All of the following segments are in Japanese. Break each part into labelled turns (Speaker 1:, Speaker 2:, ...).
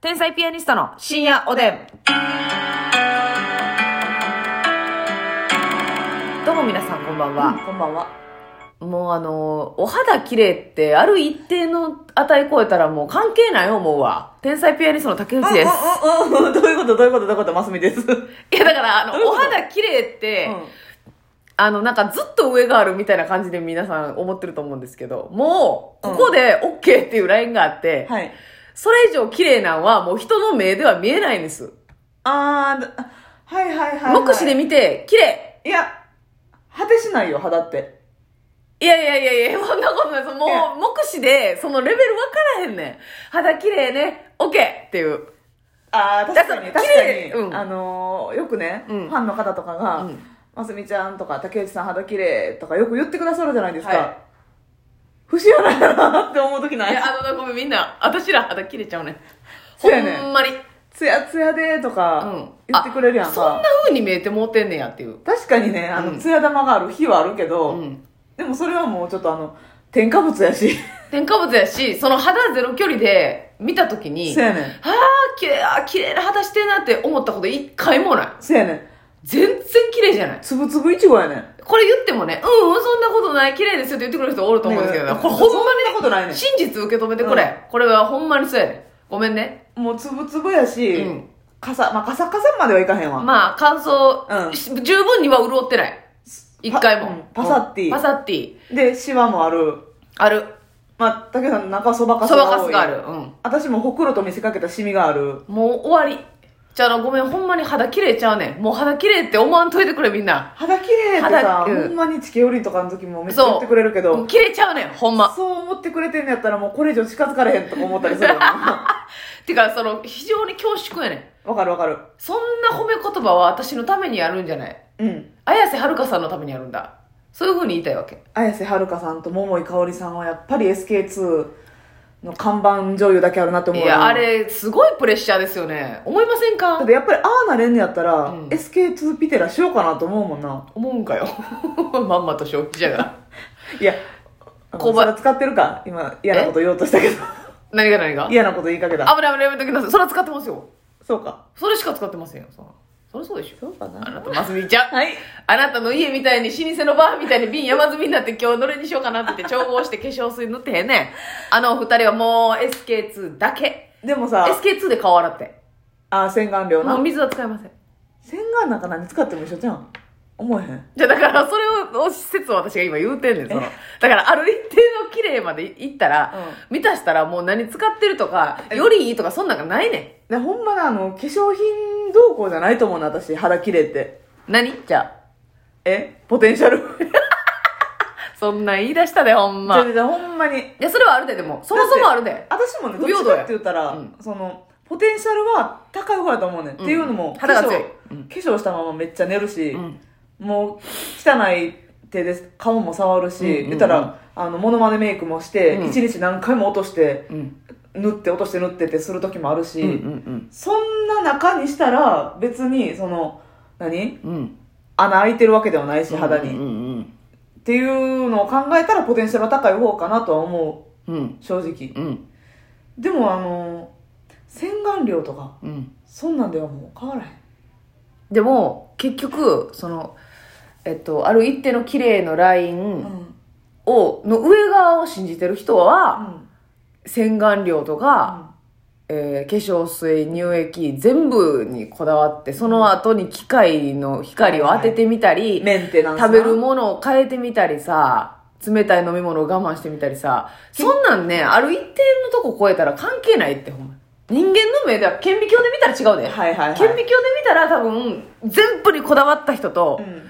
Speaker 1: 天才ピアニストの深夜おでん。どうも皆さんこんばんは。
Speaker 2: こんばんは。
Speaker 1: もうあのー、お肌綺麗って、ある一定の値超えたらもう関係ない思うわ。天才ピアニストの竹内です。
Speaker 2: うんうんうん、どういうこと どういうことどういうことますみです。うん。
Speaker 1: いやだから、あの、お肌綺麗って、あの、なんかずっと上があるみたいな感じで皆さん思ってると思うんですけど、もう、ここで OK っていうラインがあって、
Speaker 2: はい。
Speaker 1: それ以上綺麗なんはもう人の目では見えないんです。
Speaker 2: あー、だはいはいはい、はい。
Speaker 1: 目視で見て、綺麗
Speaker 2: いや、果てしないよ、肌って。
Speaker 1: いやいやいやいや、そんなことないです。もう
Speaker 2: いや、
Speaker 1: 目視で、そのレベル分からへんねん。肌綺麗ね、OK っていう。
Speaker 2: あー、確かに、
Speaker 1: だから
Speaker 2: 確
Speaker 1: 綺
Speaker 2: か
Speaker 1: 麗
Speaker 2: に。
Speaker 1: うん
Speaker 2: あのー、よくね、
Speaker 1: うん
Speaker 2: ファンの方とかが、
Speaker 1: うん
Speaker 2: ますみちゃんとか、竹内さん肌綺麗とかよく言ってくださるじゃないですか。
Speaker 1: はい
Speaker 2: 不思議やなって思うときないい
Speaker 1: や、あの、ごめん、みんな、私ら肌切れちゃうねん。ほ
Speaker 2: そうやねん
Speaker 1: んまに。う
Speaker 2: ツヤツヤでと
Speaker 1: ん
Speaker 2: か。言ってくれるやん
Speaker 1: あそん
Speaker 2: か
Speaker 1: な。風に見えてもうてんねやっていう。
Speaker 2: 確かにね、あ
Speaker 1: うん
Speaker 2: の、ツヤ玉がある日はあるけど、
Speaker 1: うん。
Speaker 2: でもそれはもうちょっとあの、添加物やし。
Speaker 1: 添加物やし、その肌ゼロ距離で見たときに、
Speaker 2: そう
Speaker 1: あ
Speaker 2: やねん。
Speaker 1: あ、綺麗、あー綺麗な肌してんなって思ったこと一回もない。
Speaker 2: そうやねん。
Speaker 1: 全然綺麗じゃない。
Speaker 2: つぶつぶいちごやねん。
Speaker 1: これ言ってもね、うん、うん、そんなことない、綺麗ですよって言ってくれる人おると思うんですけどね、
Speaker 2: ね
Speaker 1: これほんま
Speaker 2: そんなことない
Speaker 1: に
Speaker 2: ね
Speaker 1: 真実受け止めてこれ、これはほんまにそうやねごめんね。
Speaker 2: ん。もうつぶつぶやし、
Speaker 1: うん
Speaker 2: かさ、まあ、かさかさまではいかへんわ。
Speaker 1: まあ、乾燥、
Speaker 2: うん
Speaker 1: し十分には潤ってない。一回も、
Speaker 2: パうんパサッティ
Speaker 1: うんパサッティ。
Speaker 2: で、シワもある。
Speaker 1: ある。
Speaker 2: まあ、竹さんの中そばかす
Speaker 1: そば
Speaker 2: が
Speaker 1: か
Speaker 2: 多い。
Speaker 1: すがある。うん。
Speaker 2: 私もほくろと見せかけたシミがある。
Speaker 1: もう終わり。じゃああの、ごめん、ほんまに肌綺麗ちゃうねん。もう肌綺麗って思わんといてくれ、みんな。
Speaker 2: 肌綺麗ってさ、
Speaker 1: 肌うん
Speaker 2: ほんまに地球オリンとかの時もめっちゃ
Speaker 1: そう
Speaker 2: 言ってくれるけ
Speaker 1: もう
Speaker 2: ど、
Speaker 1: 綺麗ちゃうねん、ほんま。
Speaker 2: そう思ってくれてんのやったらもうこれ以上近づかれへんとか思ったりする よな。
Speaker 1: てか、その、非常に恐縮やねん。
Speaker 2: わかるわかる。
Speaker 1: そんな褒め言葉は私のためにやるんじゃない。
Speaker 2: うん。
Speaker 1: 綾瀬はるかさんのためにやるんだ。そういう風に言いたいわけ。
Speaker 2: 綾瀬はるかさんと桃井かおりさんはやっぱり SK2 の看板女優だけあるなと
Speaker 1: い
Speaker 2: 思うよ
Speaker 1: や、あれ、すごいプレッシャーですよね。思いません
Speaker 2: だっ
Speaker 1: か
Speaker 2: てやっぱりああなれんのやったら、
Speaker 1: うん
Speaker 2: SK2 ピテラしようかなと思うもんな
Speaker 1: 思うんかよ。 まんまと正気じゃ が。
Speaker 2: いや
Speaker 1: 購
Speaker 2: 小
Speaker 1: 買
Speaker 2: 腹使ってるか今嫌なこと言おうとしたけど
Speaker 1: 何が何が危
Speaker 2: 嫌なこと言いかけた
Speaker 1: ない危ないやめときなさい。それは使ってますよ。
Speaker 2: そうか
Speaker 1: それしか使ってませんよ。そんなそれそうでしょ。
Speaker 2: そうかな
Speaker 1: あなた、ますみち ゃん。
Speaker 2: はい
Speaker 1: あなたの家みたいに老舗のバーみたいに瓶山積みになって今日どれにしようかなって言って調合して化粧水塗ってへんねん。あのお二人はもう SK2 だけ。
Speaker 2: でもさ
Speaker 1: SK2 で顔洗って。
Speaker 2: あー洗顔料
Speaker 1: もう
Speaker 2: な
Speaker 1: 水は使いません。
Speaker 2: 洗顔なんか何使っても一緒じゃん思えへん
Speaker 1: じゃあだからそれを、説を私が今言うてんねん、その
Speaker 2: え。
Speaker 1: だからある一定の綺麗までいったら、満たしたらもう何使ってるとか、
Speaker 2: え
Speaker 1: よりいいとかそんなんがないね
Speaker 2: でほんまなあの化粧品どうこうじゃないと思うな私肌綺麗って
Speaker 1: ん。何じゃ
Speaker 2: えポテンシャル
Speaker 1: あ。そんなん言い出したで、ほ んま。
Speaker 2: じゃ
Speaker 1: い
Speaker 2: じゃほんまに
Speaker 1: や、それはあるで、でも。そもそもあるで。
Speaker 2: 私もね
Speaker 1: 不
Speaker 2: ど
Speaker 1: 平
Speaker 2: っち
Speaker 1: 等
Speaker 2: か
Speaker 1: や
Speaker 2: って言ったら、
Speaker 1: うん
Speaker 2: そのポテンシャルは高い方やと思うねん、っていうのも
Speaker 1: 肌が強い
Speaker 2: 化粧化粧したままめっちゃ寝るし、
Speaker 1: ん
Speaker 2: もう汚い手です顔も触るし、
Speaker 1: うんうんうん
Speaker 2: 言ったらあのモノマネメイクもして、
Speaker 1: うん
Speaker 2: 一日何回も落として
Speaker 1: うん。
Speaker 2: 塗って落として塗ってってする時もあるし、
Speaker 1: うんうん
Speaker 2: そんな中にしたら別にその何
Speaker 1: うん。うん。
Speaker 2: 穴開いてるわけではないし肌に、
Speaker 1: うん
Speaker 2: っ
Speaker 1: うん
Speaker 2: ていうのを考えたらポテンシャルは高い方かなとは思う
Speaker 1: うん。うん。
Speaker 2: 正直、
Speaker 1: うん。
Speaker 2: でもあの洗顔料とか
Speaker 1: うん。
Speaker 2: そんなんではもう変わらへん
Speaker 1: でも、結局、その、えっと、ある一定の綺麗のライ
Speaker 2: う
Speaker 1: ン
Speaker 2: ん
Speaker 1: を、の上側を信じてる人は、洗顔料とか、えー化粧水乳液全部にこだわってその後に機械の光を当ててみたり、
Speaker 2: メンテナンスな
Speaker 1: 食べるものを変えてみたりさ冷たい飲み物を我慢してみたりさそんなんねある一定のとこ超えたら関係ないってほんま人間の目では顕微鏡で見たら違うで、
Speaker 2: はいはいはい
Speaker 1: 顕微鏡で見たら多分全部にこだわった人と、
Speaker 2: うん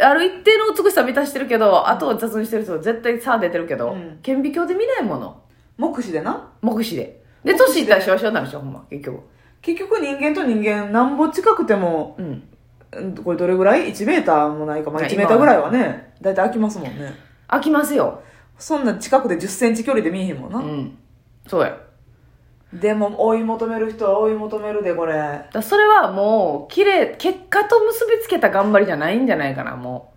Speaker 1: ある一定の美しさ満たしてるけどあとは雑にしてる人は絶対差出てるけど、
Speaker 2: うん
Speaker 1: 顕微鏡で見ないもの
Speaker 2: 目視でな
Speaker 1: 目視でで年いったらシワシワになるでしょほんま結局
Speaker 2: 結局人間と人間なんぼ近くても
Speaker 1: うん
Speaker 2: うんこれどれぐらい1メーターもないか、まあ、
Speaker 1: いや
Speaker 2: 1メーターぐらいはね大体空きますもんね
Speaker 1: 飽きますよ。
Speaker 2: そんな近くで1 0センチ距離で見えへんもんな、
Speaker 1: ん。そうや。だか
Speaker 2: でも追い求める人は追い求めるでこれ
Speaker 1: らそれはもう、綺麗、結果と結びつけた頑張りじゃないんじゃないかな、も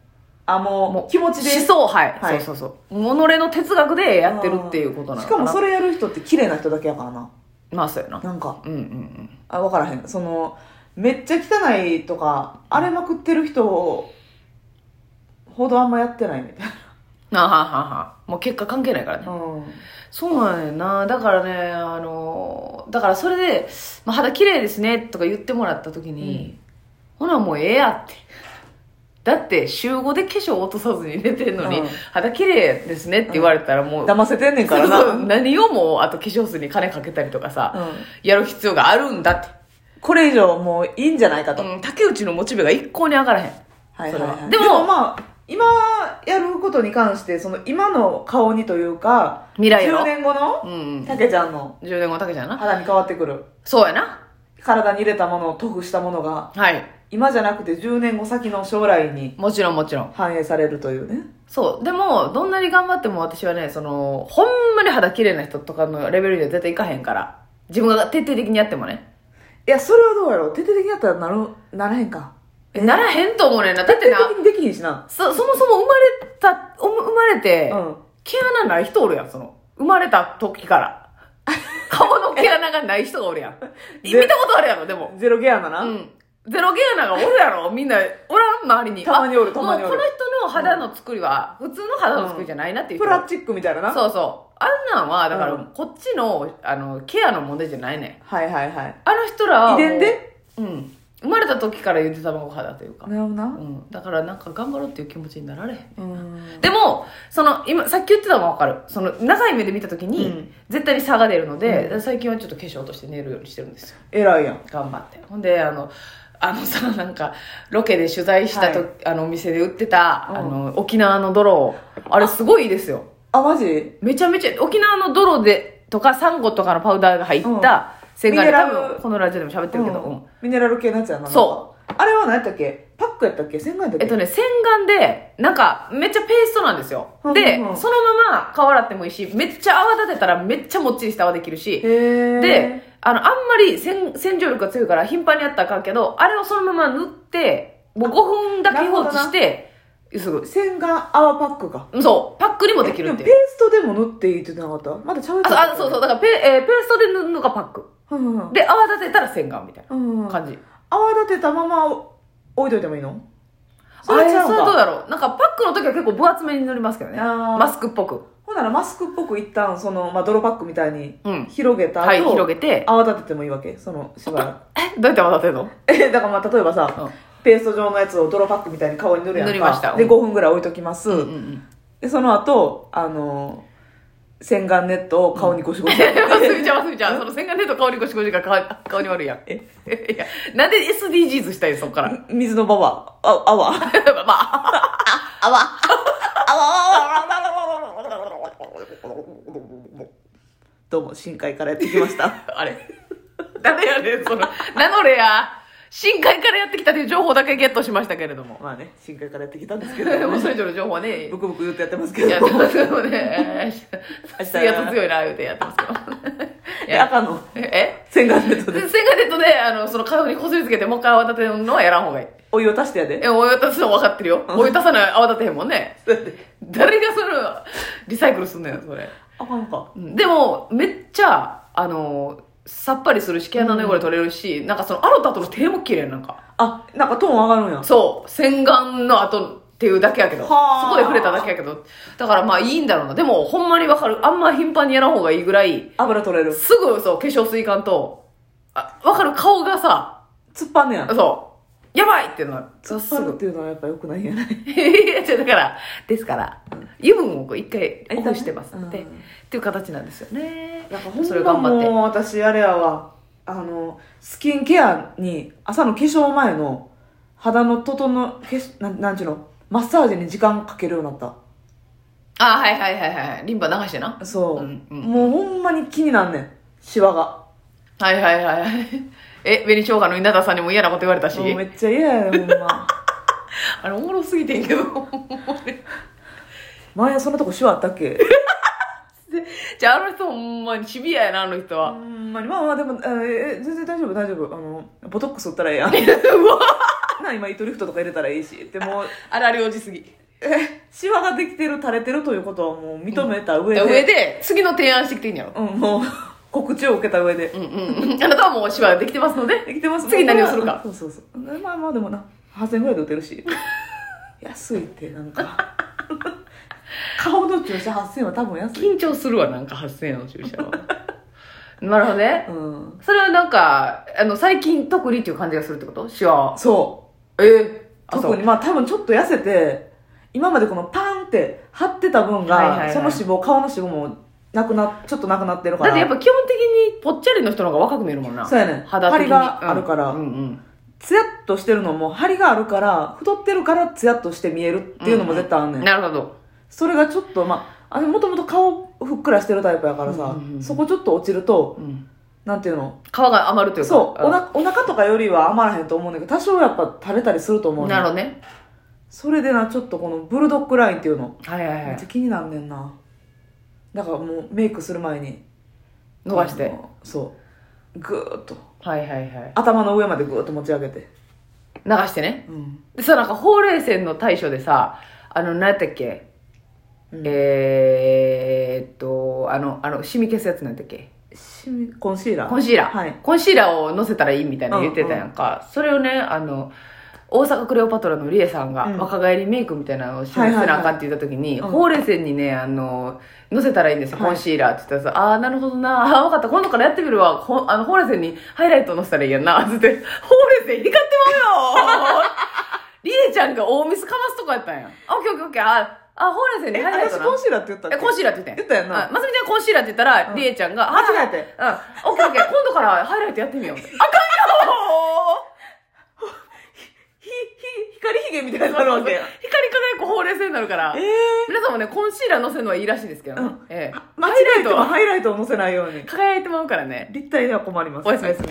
Speaker 2: あ
Speaker 1: う。
Speaker 2: もう
Speaker 1: もう
Speaker 2: 気持ちで
Speaker 1: 思想、はい。
Speaker 2: はい
Speaker 1: そうそうそう。己の哲学でやってるっていうことなの
Speaker 2: し
Speaker 1: か
Speaker 2: か
Speaker 1: な。
Speaker 2: もそ
Speaker 1: れ。
Speaker 2: れやる人って綺麗な人だけやからな
Speaker 1: まあそうやな
Speaker 2: なんか
Speaker 1: うんうんうん
Speaker 2: あ分からへんそのめっちゃ汚いとか荒れまくってる人ほどあんまやってないみたい
Speaker 1: あはははもう結果関係ないからね
Speaker 2: な、うん、
Speaker 1: そうなんやなだからねあのだからそれで「まあ、肌綺麗ですね」とか言ってもらった時に、ほなもうええやってだって週5で化粧落とさずに寝てんのに、
Speaker 2: うん
Speaker 1: 肌綺麗ですねって言われたらもう、
Speaker 2: 騙せてんねんからな
Speaker 1: そうそう何をもうあと化粧水に金かけたりとかさ、
Speaker 2: うん
Speaker 1: やる必要があるんだって、
Speaker 2: これ以上もういいんじゃないかと、
Speaker 1: うん、竹内のモチベが一向に上がらへん
Speaker 2: はい
Speaker 1: それ
Speaker 2: はい
Speaker 1: は
Speaker 2: はい、
Speaker 1: でも
Speaker 2: まあ今やることに関してその今の顔にというか
Speaker 1: 未来やろ
Speaker 2: 10年後の
Speaker 1: うん、うん、
Speaker 2: たけちゃんの
Speaker 1: 10年後の竹ちゃんやな
Speaker 2: 肌に変わってくる
Speaker 1: そうやな
Speaker 2: 体に入れたものを塗布したものが
Speaker 1: はい
Speaker 2: 今じゃなくて10年後先の将来に
Speaker 1: もちろんもちろん
Speaker 2: 反映されるというね
Speaker 1: そう。でも、どんなに頑張っても私はね、その、ほんまに肌綺麗な人とかのレベルには絶対いかへんから。自分が徹底的にやってもね。
Speaker 2: いやそれはどうやろう徹底的にやったらなるならへんか
Speaker 1: えならへんと思うねんな。だって
Speaker 2: 徹
Speaker 1: な、
Speaker 2: 底的にできひんしな
Speaker 1: そ、そもそも生まれた、お生まれて、
Speaker 2: うん
Speaker 1: 毛穴ない人おるやん、その。生まれた時 から。顔の毛穴がない人がおるやん。見
Speaker 2: ぜ
Speaker 1: たことあるやろ、でも。
Speaker 2: ゼロゲアなな、
Speaker 1: うん。ゼロ毛穴がおるやろ、みんな。おらん、周りに。
Speaker 2: たまにおる
Speaker 1: あ
Speaker 2: たまにおる
Speaker 1: もうこの人の肌の作りは、普通の肌の作りじゃないなっていう
Speaker 2: プ
Speaker 1: 人
Speaker 2: ラスチックみたいなな
Speaker 1: そうそう。あんなんは、だから、
Speaker 2: うん
Speaker 1: こっちの、あの、ケアの問題じゃないねん。
Speaker 2: はいはいはい
Speaker 1: あの人らはも
Speaker 2: 遺
Speaker 1: う
Speaker 2: 伝で
Speaker 1: うん。生まれた時からゆで卵肌というか。
Speaker 2: なるほど
Speaker 1: う。
Speaker 2: なん
Speaker 1: だから、なんか頑張ろうっていう気持ちになられへん。
Speaker 2: うん
Speaker 1: でも、その、今、さっき言ってたのもわかる。その、長い目で見た時に、
Speaker 2: うん
Speaker 1: 絶対に差が出るので、
Speaker 2: う
Speaker 1: 最近はちょっと化粧落として寝るようにしてるんですよ。
Speaker 2: 偉いやん
Speaker 1: 頑張って。ほんで、あの、あのさ、 なんか、ロケで取材したと、
Speaker 2: はい
Speaker 1: あの、お店で売ってた、
Speaker 2: うん
Speaker 1: あの、沖縄の泥あれすごいいいですよ。
Speaker 2: あマジ
Speaker 1: めちゃめちゃ沖縄の泥でとかサンゴとかのパウダーが入った洗顔
Speaker 2: ミ
Speaker 1: 料
Speaker 2: ネラ
Speaker 1: 多
Speaker 2: ル
Speaker 1: 分このラジオでも喋ってるけど、
Speaker 2: う
Speaker 1: うんん
Speaker 2: ミネラル系のやつやな
Speaker 1: そう
Speaker 2: あれは何やったっけパックやったっけ洗顔やったっけ
Speaker 1: えっとね洗顔でなんかめっちゃペーストなんですよ
Speaker 2: うん
Speaker 1: で
Speaker 2: うん
Speaker 1: そのまま顔洗ってもいいしめっちゃ泡立てたらめっちゃもっちりした泡できるし
Speaker 2: へー
Speaker 1: であのあんまり洗洗浄力が強いから頻繁にやったらあかんけどあれをそのまま塗ってもう5分だけ放置してすぐ
Speaker 2: 洗顔泡パックか
Speaker 1: そうパックにもできる
Speaker 2: え
Speaker 1: っ
Speaker 2: も
Speaker 1: て
Speaker 2: ペー
Speaker 1: いう
Speaker 2: ストでも塗っていいって言ってなかったまだちゃうやつ
Speaker 1: あそうあそうそうだからペ,、えーペーストで塗るのがパック
Speaker 2: うんうんうん
Speaker 1: で泡立てたら洗顔みたい
Speaker 2: うんう
Speaker 1: なん感じ
Speaker 2: 泡立てたまま置いといてもいいの
Speaker 1: あれ、それ
Speaker 2: ん
Speaker 1: はどうやろうなんかパックの時は結構分厚めに塗りますけどね。
Speaker 2: あー
Speaker 1: マスクっぽく。
Speaker 2: ほんならマスクっぽく一旦その、まあ、泥パックみたいに
Speaker 1: うん
Speaker 2: 広げた後、
Speaker 1: はい、広げて。
Speaker 2: 泡立ててもいいわけそのしばら
Speaker 1: え、どうやって泡立てるの
Speaker 2: くえだからまあ例えばさ、
Speaker 1: うん
Speaker 2: ペースト状のやつを泥パックみたいに顔に塗るやんか
Speaker 1: 塗りましたうん
Speaker 2: で5分ぐらい置いときます、
Speaker 1: うんうん。
Speaker 2: でその後あの洗顔ネットを顔にゴシゴシ、
Speaker 1: え、ますみちゃん、ますみちゃん。その洗顔ネット香りゴシゴシが顔顔に悪いやん。え、いや、なんで SDGs したいそっから。
Speaker 2: 水のババアあ泡泡
Speaker 1: まあ、
Speaker 2: 泡泡泡どうも深海からやってきました
Speaker 1: あれ。誰やねん、その、なのれや、深海からやってきたという情報だけゲットしましたけれども。
Speaker 2: まあね深海からやってきたんですけど、
Speaker 1: もうそれ以上の情報はね、
Speaker 2: ブクブク言ってやってますけ
Speaker 1: や
Speaker 2: ど
Speaker 1: ってますけどね。
Speaker 2: 明日
Speaker 1: 水圧強いな、言うてやってます けど。
Speaker 2: で赤の
Speaker 1: え
Speaker 2: 洗顔ネットで
Speaker 1: で洗顔ネットで、あの、その顔にこすりつけて、もう一回泡立てるのはやらん方がいい。
Speaker 2: お湯を足してやで
Speaker 1: え、お湯足すの分かってるよ。お湯足さない泡立てへんもんね。
Speaker 2: だって
Speaker 1: 誰がその、リサイクルすんのよ、それ。
Speaker 2: あかんか
Speaker 1: うんでも、めっちゃ、あの、さっぱりするし、毛穴の汚れ取れるし、なんかその、洗った後の手も綺麗なんか。
Speaker 2: あなんかトーン上がるんや
Speaker 1: そう、洗顔の後っていうだけやけど、そ
Speaker 2: はあ
Speaker 1: こで触れただけやけど、だからまあいいんだろうな。でも、ほんまにわかる。あんま頻繁にやらん方がいいぐらい、
Speaker 2: 油取れる
Speaker 1: すぐそう、化粧水感と、あ、わかる顔がさ、
Speaker 2: 突っ張んねや
Speaker 1: そう。やばいってなる。
Speaker 2: 突
Speaker 1: そう
Speaker 2: っ
Speaker 1: す
Speaker 2: 張るっ
Speaker 1: ぐ。
Speaker 2: ていうのはやっぱ良くないんやない
Speaker 1: いや、じゃあだから、ですから、油分をこう一回
Speaker 2: え
Speaker 1: オフしてます
Speaker 2: だね
Speaker 1: ので、
Speaker 2: う
Speaker 1: っ
Speaker 2: ん
Speaker 1: ていう形なんですよね。
Speaker 2: なんかほん
Speaker 1: それを
Speaker 2: ま
Speaker 1: 頑張って。
Speaker 2: もう私あれやわあのスキンケアに朝の化粧前の肌の整けしなんなんちゅうのマッサージに時間かけるようになっ
Speaker 1: あ、はいはいはいはい。リンパ流してな
Speaker 2: た。そう、
Speaker 1: うんうん
Speaker 2: もうほんまに気になんねんシワが
Speaker 1: はいはいはいはい。 え、紅生姜の稲田さんにも嫌なこと言われたし
Speaker 2: も。うめっちゃ嫌やねんほん ま
Speaker 1: あれ、おもろすぎてんけど。
Speaker 2: 前そんなとこシワあったっけ
Speaker 1: じゃあ、あの人ほんまにシビアやな、あの人
Speaker 2: ほ
Speaker 1: は。
Speaker 2: んまにまあまあでも、えーえ全然大丈夫大丈夫あのボトックス打ったらええや ん
Speaker 1: うわ
Speaker 2: な今糸リフトとか入れたらいいしでも
Speaker 1: あられおじすぎ。
Speaker 2: えシワができてる垂れてるということはもう認めた上で、
Speaker 1: 上で、次の提案してきていいんやろ。
Speaker 2: うん、もう、告知を受けた上で
Speaker 1: うんうん うん。あなたはもうお芝居できてますので。
Speaker 2: できてます
Speaker 1: 次何をするか
Speaker 2: そうそうそうまあまあでもな8000円ぐらいで打てるし 安いってな んか顔の注射8000円は多分安い
Speaker 1: 緊張するわ、なんか8000円の注射 は。なるほどね。
Speaker 2: うん
Speaker 1: それはなんか、あの、最近特にっていう感じがするってことシワ。
Speaker 2: そ
Speaker 1: ええ
Speaker 2: う特にまあ多分ちょっと痩せて今までこのパンって張ってた分が、
Speaker 1: はいはいはい
Speaker 2: その脂肪顔の脂肪もなくなちょっとなくなってるか
Speaker 1: だ
Speaker 2: ら
Speaker 1: ってやっぱ基本的にぽっちゃりの人の方が若く見えるもんな。
Speaker 2: そうやねん
Speaker 1: 肌的に。
Speaker 2: 張りがあるから
Speaker 1: うんうん
Speaker 2: ツヤっとしてるのも張りがあるから太ってるからツヤっとして見えるっていうのも絶対あん
Speaker 1: う
Speaker 2: ねん、
Speaker 1: ん。なるほど。
Speaker 2: それがちょっとまああれもともと顔ふっくらしてるタイプやからさ、
Speaker 1: うんうんうん
Speaker 2: そこちょっと落ちると
Speaker 1: うん。
Speaker 2: なんていうの
Speaker 1: 皮が余るというか。
Speaker 2: そうお
Speaker 1: ん
Speaker 2: なお腹とかよりは余らへんと思うねんだけど多少やっぱ垂れたりすると思うねん
Speaker 1: なるほどね。
Speaker 2: それでなちょっとこのブルドッグラインっていうの
Speaker 1: はいはいは
Speaker 2: めっちゃ
Speaker 1: い。
Speaker 2: 気になんねんなだからもうメイクする前に
Speaker 1: 伸ばし
Speaker 2: あ
Speaker 1: て。
Speaker 2: のそうグーッと
Speaker 1: はいはいはい。
Speaker 2: 頭の上までグーッと持ち上げて
Speaker 1: 流してね。
Speaker 2: うん
Speaker 1: でさ、なんか、ほうれい線の対処でさ、あの、何やったっけ、
Speaker 2: うん
Speaker 1: えーっと、あの、あの、シミ消すやつなんだっけ
Speaker 2: シミコンシーラー
Speaker 1: コンシーラー。
Speaker 2: はい
Speaker 1: コンシーラーを乗せたらいいみたいなの言ってたやんか。それをね、あの、大阪クレオパトラのリエさんが
Speaker 2: うん
Speaker 1: 若返りメイクみたいなのを示
Speaker 2: はいは
Speaker 1: せ
Speaker 2: いはい
Speaker 1: なあかんって言った時に、
Speaker 2: うん
Speaker 1: ほうれい線にね、あの、乗せたらいいんですよ、
Speaker 2: はい
Speaker 1: コンシーラーって言ったらさ、ああー、なるほどな、ああー、わかった、今度からやってみるわ、ほあのほうれい線にハイライト乗せたらいいやんな、つって、ほうれい線光ってまうよ リエちゃんが大ミスかますとこやったんやん。あ、オッケーオッケーオッケー、あー、あ、ほうれい線
Speaker 2: え
Speaker 1: にハイライト
Speaker 2: 私
Speaker 1: な
Speaker 2: コンシーラーって言ったっけ
Speaker 1: え、コンシーラーって言ってん。
Speaker 2: 言ったやんな
Speaker 1: あまつみちゃんコンシーラーって言ったら、
Speaker 2: うん
Speaker 1: りえちゃんが、あ
Speaker 2: 間違えて
Speaker 1: うん。オッケーオッケー、今度からハイライトやってみよう。あかんよ
Speaker 2: ひ、ひ、光ひげみたいになるわけや。
Speaker 1: 光り輝くほうれい線になるから。
Speaker 2: え
Speaker 1: 皆さんもね、コンシーラーのせるのはいいらしいですけどね。
Speaker 2: うん
Speaker 1: ええ
Speaker 2: 間違えてもハイライトを載せないように。
Speaker 1: 輝いてまうからね。
Speaker 2: 立体では困ります。
Speaker 1: おやすみおやすみ。